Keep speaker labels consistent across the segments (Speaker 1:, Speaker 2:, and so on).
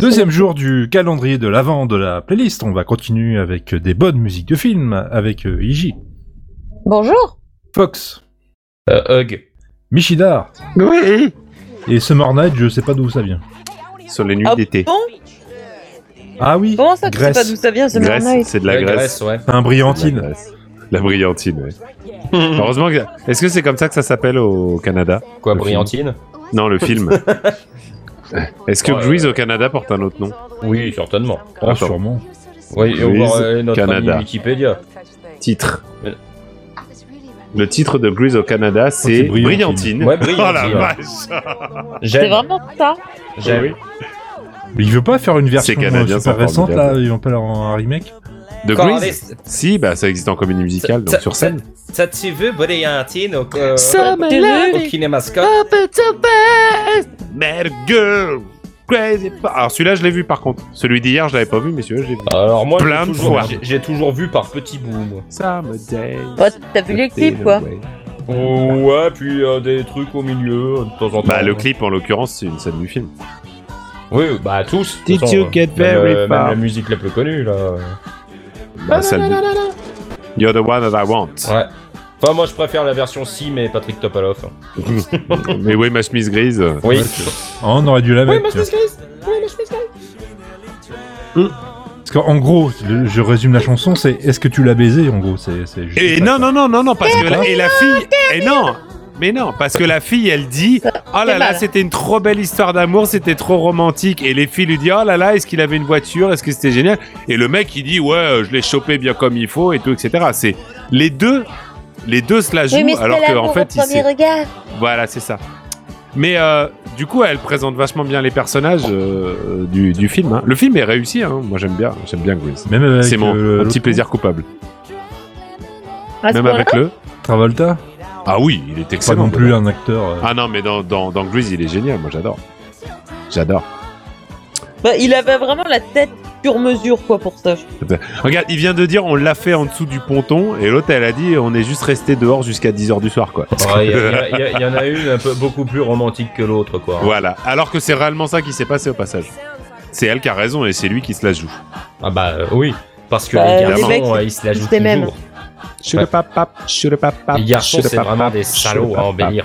Speaker 1: Deuxième jour du calendrier de l'avant de la playlist. On va continuer avec des bonnes musiques de films avec euh, Iji,
Speaker 2: Bonjour.
Speaker 1: Fox,
Speaker 3: Euh, Hug,
Speaker 1: Michidar
Speaker 4: Oui
Speaker 1: et Summer Night. Je sais pas d'où ça vient.
Speaker 4: Sur les nuits
Speaker 2: Ah,
Speaker 4: d'été.
Speaker 2: Bon,
Speaker 1: Ah oui,
Speaker 2: comment ça, tu sais
Speaker 1: Grèce.
Speaker 2: pas d'où ça vient, ce
Speaker 4: Grèce,
Speaker 2: Night
Speaker 4: c'est de la Grèce.
Speaker 3: ouais.
Speaker 1: c'est un
Speaker 4: La,
Speaker 1: brillantine.
Speaker 4: Grèce. La brillantine, ouais. Heureusement que... Est-ce que c'est comme ça que ça s'appelle au Canada
Speaker 3: Quoi,
Speaker 4: Le film.
Speaker 3: brillantine
Speaker 4: Non, le film. Est-ce que
Speaker 3: Ouais.
Speaker 4: Grease au Canada porte un autre nom
Speaker 3: Oui, certainement.
Speaker 1: Ah,
Speaker 4: Attends.
Speaker 1: sûrement.
Speaker 3: Oui, et
Speaker 4: Quiz
Speaker 3: voir euh, notre
Speaker 4: Canada.
Speaker 3: ami Wikipédia.
Speaker 4: Titre.
Speaker 5: Le
Speaker 4: Le titre de Grease au
Speaker 3: Oh,
Speaker 4: Canada, c'est
Speaker 1: Brillantine.
Speaker 4: Brillantine.
Speaker 3: Ouais, brillantine,
Speaker 4: Oh la
Speaker 3: ouais.
Speaker 4: vache
Speaker 2: C'est
Speaker 3: J'aime,
Speaker 2: vraiment ça
Speaker 3: j'aime.
Speaker 4: Oui.
Speaker 1: Mais il veut pas faire une version
Speaker 4: C'est canadien,
Speaker 1: euh,
Speaker 4: c'est
Speaker 1: super récente là,
Speaker 4: formidable.
Speaker 1: ils vont pas leur en- un remake.
Speaker 4: De Grease
Speaker 3: Coraliste.
Speaker 4: Si, bah ça existe en comédie musicale, donc
Speaker 3: Ça-
Speaker 4: sur
Speaker 3: ça-
Speaker 4: scène.
Speaker 3: Ça, tu veux brillantine au, euh, au Kinémascope
Speaker 4: Bad girl Crazy pa- Alors celui-là, je l'ai vu par contre. Celui d'hier, je l'avais pas vu, mais celui-là, je l'ai vu.
Speaker 3: Alors moi, j'ai
Speaker 4: Plein de
Speaker 3: toujours-
Speaker 4: fois.
Speaker 3: j'ai j'ai toujours vu par petits bouts. moi.
Speaker 2: Ouais, T'as vu les clips, quoi
Speaker 3: Oh, ouais, puis euh, des trucs au milieu euh, de temps en temps.
Speaker 4: Bah le clip, en l'occurrence, c'est une scène du film.
Speaker 3: Oui, bah tous. de
Speaker 4: Did
Speaker 3: toute
Speaker 4: you
Speaker 3: façon,
Speaker 4: get
Speaker 3: euh, même,
Speaker 4: very
Speaker 3: euh, même
Speaker 4: far?
Speaker 3: la musique la plus connue là.
Speaker 4: Bah, celle de- You're the one that I want.
Speaker 3: Ouais. Enfin, moi, je préfère la version si, mais Patrick Topalov.
Speaker 4: mais oui, ma chemise grise. euh,
Speaker 3: Oui.
Speaker 1: Ah, on aurait dû la mettre. tu vois. Parce qu'en gros, le- je résume la chanson, c'est est-ce que tu l'as baisé en gros c'est, c'est juste
Speaker 4: Et
Speaker 1: ça,
Speaker 4: Eh,
Speaker 1: quoi.
Speaker 4: non, non, non, non, non,
Speaker 2: Eh,
Speaker 4: parce que la,
Speaker 1: Quoi
Speaker 4: et la fille, et non, mais non, parce que la fille, elle dit, oh là là,
Speaker 2: mal.
Speaker 4: c'était une trop belle histoire d'amour, c'était trop romantique, et les filles lui disent, oh là là, est-ce qu'il avait une voiture, est-ce que c'était génial, et le mec il dit, ouais, euh, je l'ai chopé bien comme il faut et tout, etc. C'est les deux, les deux se la jouent,
Speaker 2: Oui, mais
Speaker 4: alors
Speaker 2: c'était
Speaker 4: que
Speaker 2: l'amour
Speaker 4: en
Speaker 2: au
Speaker 4: fait, il
Speaker 2: premier regard.
Speaker 4: voilà, c'est ça. Mais euh, du coup, elle présente vachement bien les personnages euh, du, du film. hein. Le film est réussi, hein. moi j'aime bien, j'aime bien Grease.
Speaker 1: Même avec
Speaker 4: C'est mon
Speaker 1: euh,
Speaker 4: un petit
Speaker 1: l'autre
Speaker 4: plaisir coupable.
Speaker 2: À ce
Speaker 4: Même
Speaker 2: point-là
Speaker 4: avec le.
Speaker 1: Travolta,
Speaker 4: Ah oui, il est
Speaker 1: pas
Speaker 4: excellent.
Speaker 1: non plus un acteur. euh,
Speaker 4: Ah non, mais dans, dans, dans Grease, il est génial, moi j'adore. J'adore.
Speaker 2: Bah, il avait vraiment la tête sur mesure, quoi, pour ça.
Speaker 4: Regarde, il vient de dire on l'a fait en dessous du ponton, et l'autre elle a dit on est juste resté dehors jusqu'à 10h du soir, quoi.
Speaker 3: Ouais, Bah, Il y, a- il y a- il y en a une un peu beaucoup plus romantique que l'autre, quoi. hein.
Speaker 4: Voilà. Alors que c'est réellement ça qui s'est passé au passage. C'est elle qui a raison et c'est lui qui se la joue.
Speaker 3: Ah bah euh, oui, parce que
Speaker 2: Bah,
Speaker 3: les
Speaker 2: les
Speaker 3: garçons,
Speaker 2: mecs,
Speaker 3: euh, ils se la jouent
Speaker 2: c'est les mêmes.
Speaker 3: toujours.
Speaker 4: Je
Speaker 3: le
Speaker 4: papap, je le papap.
Speaker 3: Les garçons, c'est vraiment des salauds à embellir.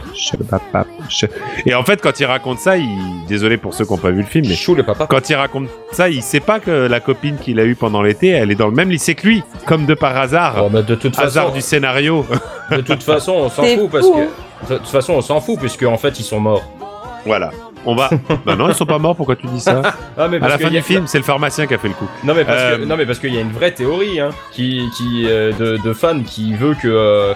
Speaker 4: Et en fait, quand il raconte ça, il. Désolé pour ceux qui n'ont pas vu le film, mais.
Speaker 3: Chou le papa.
Speaker 4: Quand il raconte ça, il sait pas que la copine qu'il a eue pendant l'été, elle est dans le même lycée que lui, comme de par hasard.
Speaker 3: Bon, bah, de toute
Speaker 4: hasard
Speaker 3: façon,
Speaker 4: du scénario.
Speaker 3: de toute façon, on s'en
Speaker 2: C'est
Speaker 3: fout parce
Speaker 2: fou, hein.
Speaker 3: que de toute façon, on s'en fout puisque en fait, ils sont morts.
Speaker 4: Voilà. On va. bah non, ils sont pas morts. Pourquoi tu dis ça
Speaker 3: Ah mais
Speaker 4: À
Speaker 3: parce
Speaker 4: la
Speaker 3: que
Speaker 4: fin
Speaker 3: y a-
Speaker 4: du film, c'est le pharmacien qui a fait le coup.
Speaker 3: Non mais parce que
Speaker 4: Euh,
Speaker 3: non mais parce qu'il y a une vraie théorie hein, qui qui euh, de, de fans qui veut que euh,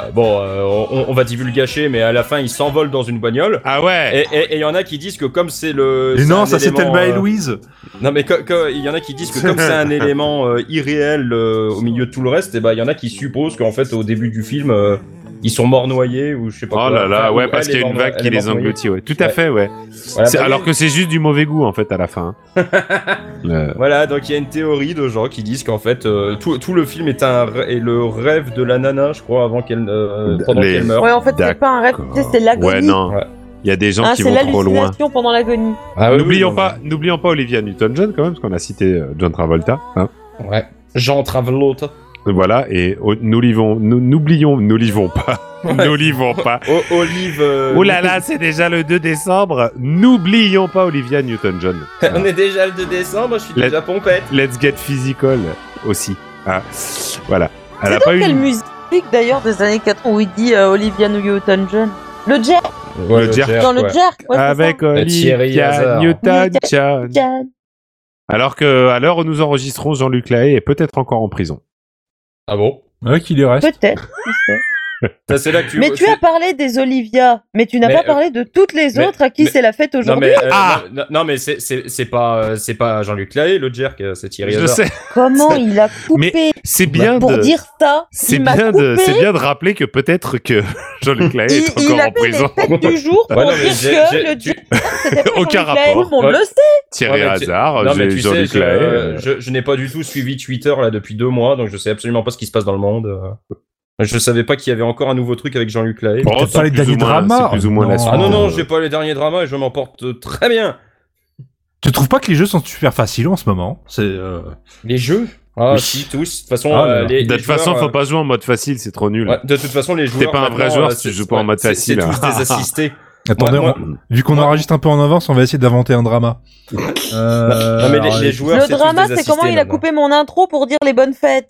Speaker 3: euh, bon euh, on, on va divulgacher mais à la fin ils s'envolent dans une bagnole
Speaker 4: Ah ouais.
Speaker 3: et et- et il y en a qui disent que comme c'est le
Speaker 1: Et
Speaker 3: c'est
Speaker 1: non,
Speaker 3: un
Speaker 1: ça c'était
Speaker 3: élément,
Speaker 1: le bas et
Speaker 3: euh,
Speaker 1: Louise.
Speaker 3: non mais que- que- il y en a qui disent que comme c'est un élément euh, irréel euh, au milieu de tout le reste et ben il y en a qui supposent qu'en fait au début du film euh, ils sont morts noyés ou je sais pas
Speaker 4: Oh
Speaker 3: quoi.
Speaker 4: là là,
Speaker 3: Enfin,
Speaker 4: ouais,
Speaker 3: ou
Speaker 4: parce
Speaker 3: elle
Speaker 4: qu'il y
Speaker 3: est
Speaker 4: a une
Speaker 3: morte-
Speaker 4: vague
Speaker 3: elle
Speaker 4: qui
Speaker 3: est
Speaker 4: les
Speaker 3: morte noyée.
Speaker 4: engloutit, ouais. Tout à
Speaker 3: Ouais.
Speaker 4: fait, ouais.
Speaker 3: Voilà,
Speaker 4: C'est-
Speaker 3: bah,
Speaker 4: alors
Speaker 3: oui.
Speaker 4: que c'est juste du mauvais goût, en fait, à la fin. hein. Euh,
Speaker 3: Voilà, donc il y a une théorie de gens qui disent qu'en fait euh, tout, tout le film est un r- est le rêve de la nana, je crois, avant qu'elle euh, pendant
Speaker 4: Les-
Speaker 3: qu'elle meure.
Speaker 2: Ouais, en fait, c'est pas un rêve, tu sais, c'est l'agonie.
Speaker 4: ouais, non.
Speaker 3: Ouais.
Speaker 4: Il y a des gens
Speaker 2: Hein,
Speaker 4: qui
Speaker 2: c'est
Speaker 4: vont trop loin.
Speaker 2: l'hallucination pendant l'agonie.
Speaker 3: Ah, oui,
Speaker 4: N'oublions
Speaker 3: oui,
Speaker 4: pas, n'oublions pas Olivia Newton-John quand même, parce qu'on a cité euh, John Travolta. hein.
Speaker 3: non. Ouais. Jean Travolta.
Speaker 4: Voilà, et oh, nous l'ivons- nous- n'oublions, nous l'ivons pas, nous l'ivons pas.
Speaker 3: O- Olive. euh,
Speaker 4: Oh là là, c'est déjà le 2 décembre. N'oublions pas Olivia Newton-John.
Speaker 3: On est déjà le 2 décembre, je suis
Speaker 4: La-
Speaker 3: déjà pompette.
Speaker 4: Let's get physical aussi. Ah, voilà. Elle
Speaker 2: C'est
Speaker 4: a
Speaker 2: dans
Speaker 4: pas eu
Speaker 2: quelle musique d'ailleurs des années 80 où il dit euh, Olivia Newton-John Le jerk,
Speaker 4: le
Speaker 3: Euh,
Speaker 4: le jerk,
Speaker 2: dans le jerk, ouais, c'est
Speaker 4: avec
Speaker 3: Thierry
Speaker 4: Olivia
Speaker 3: Hazard.
Speaker 4: Newton-John.
Speaker 2: ça. Jerk.
Speaker 4: Alors que à l'heure où nous enregistrons, Jean-Luc Lahaye est peut-être encore en prison.
Speaker 3: Ah bon
Speaker 1: Ouais, qu'il y reste.
Speaker 2: Peut-être. qui sait.
Speaker 3: Ça c'est là que tu.
Speaker 2: mais tu
Speaker 3: c'est-
Speaker 2: as parlé des Olivia, mais tu n'as
Speaker 3: Mais,
Speaker 2: pas
Speaker 3: euh,
Speaker 2: parlé de toutes les
Speaker 3: mais-
Speaker 2: autres à qui
Speaker 3: mais-
Speaker 2: c'est la fête
Speaker 3: non
Speaker 2: aujourd'hui.
Speaker 3: mais, euh,
Speaker 4: Ah
Speaker 3: non, non, mais c'est- c'est c'est pas euh, c'est pas Jean-Luc Lahaye le jerk euh, c'est Thierry
Speaker 4: Je
Speaker 3: Hazard.
Speaker 4: sais,
Speaker 2: Comment il a coupé
Speaker 4: c'est
Speaker 2: Bah,
Speaker 4: bien
Speaker 2: pour
Speaker 4: de,
Speaker 2: dire ça
Speaker 4: c'est
Speaker 2: il m'a
Speaker 4: bien de,
Speaker 2: coupé.
Speaker 4: c'est bien de rappeler que peut-être que Jean-Luc Lahaye
Speaker 2: Il,
Speaker 4: est
Speaker 2: il
Speaker 4: encore
Speaker 2: a
Speaker 4: en
Speaker 2: fait
Speaker 4: prison.
Speaker 2: les fêtes du jour pour
Speaker 3: Ouais, non, mais
Speaker 2: dire
Speaker 3: j'ai-
Speaker 2: que
Speaker 3: j'ai-
Speaker 2: le
Speaker 3: tu-
Speaker 2: dieu c'était pas
Speaker 4: Aucun
Speaker 2: Jean-Luc Lahaye.
Speaker 4: rapport.
Speaker 2: Tout le monde
Speaker 3: Ouais.
Speaker 2: le sait.
Speaker 4: Thierry
Speaker 3: Ouais, mais tu- Non
Speaker 4: Hazard,
Speaker 3: mais
Speaker 4: Oh, j'ai-
Speaker 3: tu sais,
Speaker 4: Jean-Luc
Speaker 3: je,
Speaker 4: Lahaye.
Speaker 3: euh,
Speaker 4: euh,
Speaker 3: je, je n'ai pas du tout suivi Twitter là depuis deux mois, donc je sais absolument pas ce qui se passe dans le monde. euh. Je savais pas qu'il y avait encore un nouveau truc avec Jean-Luc Lahaye.
Speaker 4: bon,
Speaker 1: peut-être
Speaker 4: c'est
Speaker 1: pas les
Speaker 4: plus ou
Speaker 1: Danny
Speaker 4: moins-
Speaker 1: Drama.
Speaker 4: c'est plus ou moins la
Speaker 1: Ah Non. Euh,
Speaker 4: suite.
Speaker 3: Ah non non, j'ai pas les derniers dramas et je m'en porte très bien.
Speaker 1: Tu trouves pas que les jeux sont super faciles en ce moment C'est euh,
Speaker 3: Les jeux Ah,
Speaker 1: Oui.
Speaker 3: si, tous. De toute façon,
Speaker 1: Ah là
Speaker 3: euh,
Speaker 1: là.
Speaker 3: les,
Speaker 4: De
Speaker 3: les
Speaker 4: toute façon,
Speaker 3: joueurs,
Speaker 4: faut pas jouer en mode facile, c'est trop
Speaker 3: euh,
Speaker 4: nul.
Speaker 3: ouais, de toute façon, les joueurs.
Speaker 4: pas un vrai
Speaker 3: maintenant,
Speaker 4: joueur
Speaker 3: euh,
Speaker 4: si tu
Speaker 3: c'est-
Speaker 4: joues pas en
Speaker 3: ouais,
Speaker 4: mode
Speaker 3: c'est-
Speaker 4: facile, hein. Ah,
Speaker 3: C'est tous des assistés.
Speaker 1: Attendez,
Speaker 3: moi-
Speaker 1: on- vu qu'on enregistre un peu en avance, on va essayer d'inventer un drama. Euh,
Speaker 3: non, mais
Speaker 1: alors,
Speaker 3: les, les joueurs,
Speaker 2: le
Speaker 3: c'est tous
Speaker 2: drama,
Speaker 3: des
Speaker 2: c'est comment
Speaker 3: assistés
Speaker 2: il a
Speaker 3: maintenant.
Speaker 2: coupé mon intro pour dire les bonnes fêtes.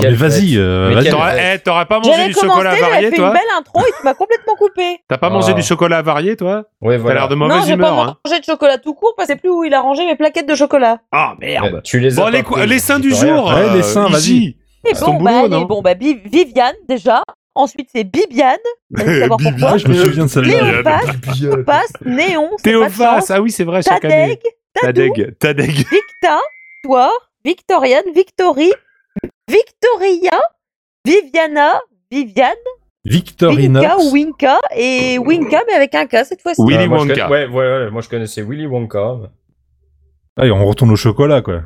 Speaker 1: mais vas-y, euh,
Speaker 3: Mais
Speaker 1: vas-y.
Speaker 3: quel-
Speaker 4: T'aurais eh, t'auras pas mangé
Speaker 2: J'avais
Speaker 4: du chocolat
Speaker 2: commencé, j'avais
Speaker 4: avarié,
Speaker 2: fait
Speaker 4: toi
Speaker 2: une belle intro, il m'a complètement coupé.
Speaker 4: T'as pas
Speaker 3: Ah.
Speaker 4: mangé du chocolat avarié, toi
Speaker 3: Ouais,
Speaker 4: T'as l'air
Speaker 3: voilà.
Speaker 4: de
Speaker 2: non,
Speaker 4: mauvaise
Speaker 2: j'ai pas
Speaker 4: humeur, hein.
Speaker 2: mangé de chocolat tout court parce que je sais plus où il a rangé mes plaquettes de chocolat.
Speaker 4: Ah, merde
Speaker 3: Euh, Tu les as
Speaker 4: Bon,
Speaker 3: pas
Speaker 4: les,
Speaker 3: pris,
Speaker 4: les seins
Speaker 3: tu
Speaker 4: du
Speaker 3: peux rien
Speaker 4: jour
Speaker 3: faire.
Speaker 1: Ouais, les seins,
Speaker 4: Igi.
Speaker 2: Et
Speaker 4: C'est
Speaker 2: bon,
Speaker 4: ton
Speaker 2: bah,
Speaker 4: boulot,
Speaker 2: allez,
Speaker 4: non
Speaker 2: bon, bah, Vi- Viviane, déjà. Ensuite, c'est Bibiane. Vous allez savoir pourquoi.
Speaker 1: Ah, je me souviens de celle-là.
Speaker 2: Léopas, Théopas, Néon, c'est pas de
Speaker 4: Théophas,
Speaker 2: chance.
Speaker 4: ah oui, c'est vrai, chaque année.
Speaker 2: Tadeg, Tadou,
Speaker 4: Tadeg, Tadeg.
Speaker 2: Victa, Victoire, Victoriane, Victory, Victoria, Viviana, Viviane, Winka
Speaker 1: Victorinox.
Speaker 2: ou Winka, et Winka, mais avec un K cette fois-ci.
Speaker 4: Willy
Speaker 3: Euh, moi, je
Speaker 4: Wonka.
Speaker 3: connais- Ouais, ouais, ouais, moi je connaissais Willy Wonka.
Speaker 1: Allez, on retourne au chocolat, quoi.